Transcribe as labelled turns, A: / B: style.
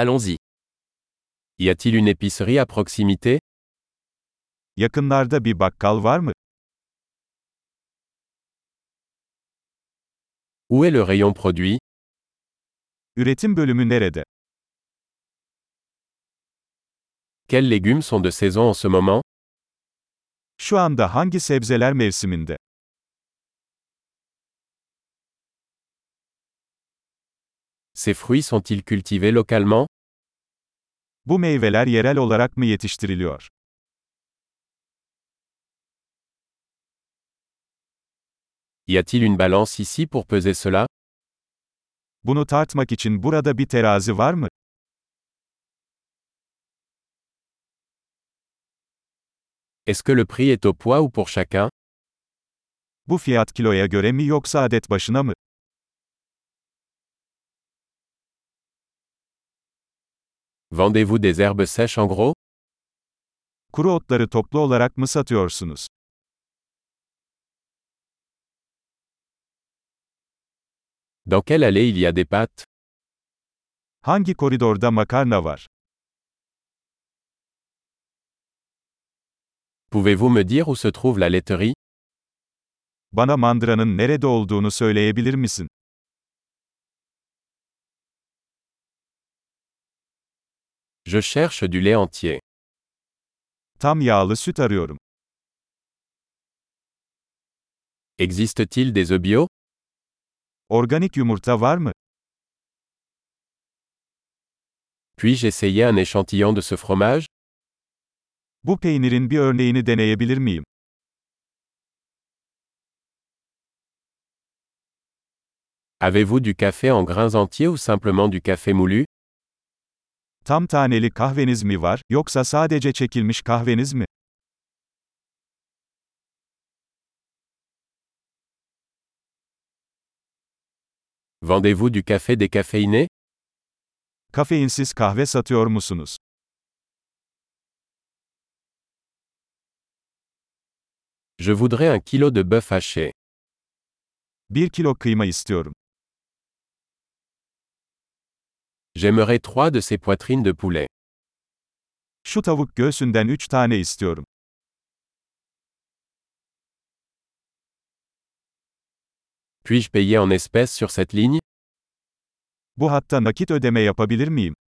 A: Allons-y. Y a-t-il une épicerie à proximité
B: Yakınlarda bir bakkal var mı?
A: Où est le rayon produit
B: Üretim bölümü nerede?
A: Quels légumes sont de saison en ce moment
B: Şu anda hangi sebzeler mevsiminde?
A: Ces fruits sont-ils cultivés localement
B: Bu meyveler yerel olarak mı yetiştiriliyor?
A: Y a-t-il une balance ici pour peser cela
B: Bunu tartmak için burada bir terazi var mı?
A: Est-ce que le prix est au poids ou pour chacun
B: Bu fiyat kiloya göre mi yoksa adet başına mı?
A: Vendez-vous des herbes sèches en gros
B: Kuru otları toplu olarak mı satıyorsunuz?
A: Dans quelle allée il y a des pâtes
B: Hangi koridorda makarna var?
A: Pouvez-vous me dire où se trouve la laiterie
B: Bana mandıranın nerede olduğunu söyleyebilir misin?
A: Je cherche du lait entier.
B: Tam yağlı süt arıyorum.
A: Existe-t-il des œufs bio
B: Organik yumurta var mı?
A: Puis-je essayer un échantillon de ce fromage
B: Bu peynirin bir örneğini deneyebilir miyim?
A: Avez-vous du café en grains entiers ou simplement du café moulu
B: Tam taneli kahveniz mi var, yoksa sadece çekilmiş kahveniz mi?
A: Vendez-vous du café décaféiné
B: Kafeinsiz kahve satıyor musunuz?
A: Je voudrais un kilo de bœuf haché.
B: 1 kilo kıyma istiyorum.
A: J'aimerais trois de ces poitrines de poulet.
B: Şu tavuk göğsünden 3 tane istiyorum.
A: Puis-je payer en espèces sur cette ligne
B: Bu hatta nakit ödeme yapabilir miyim?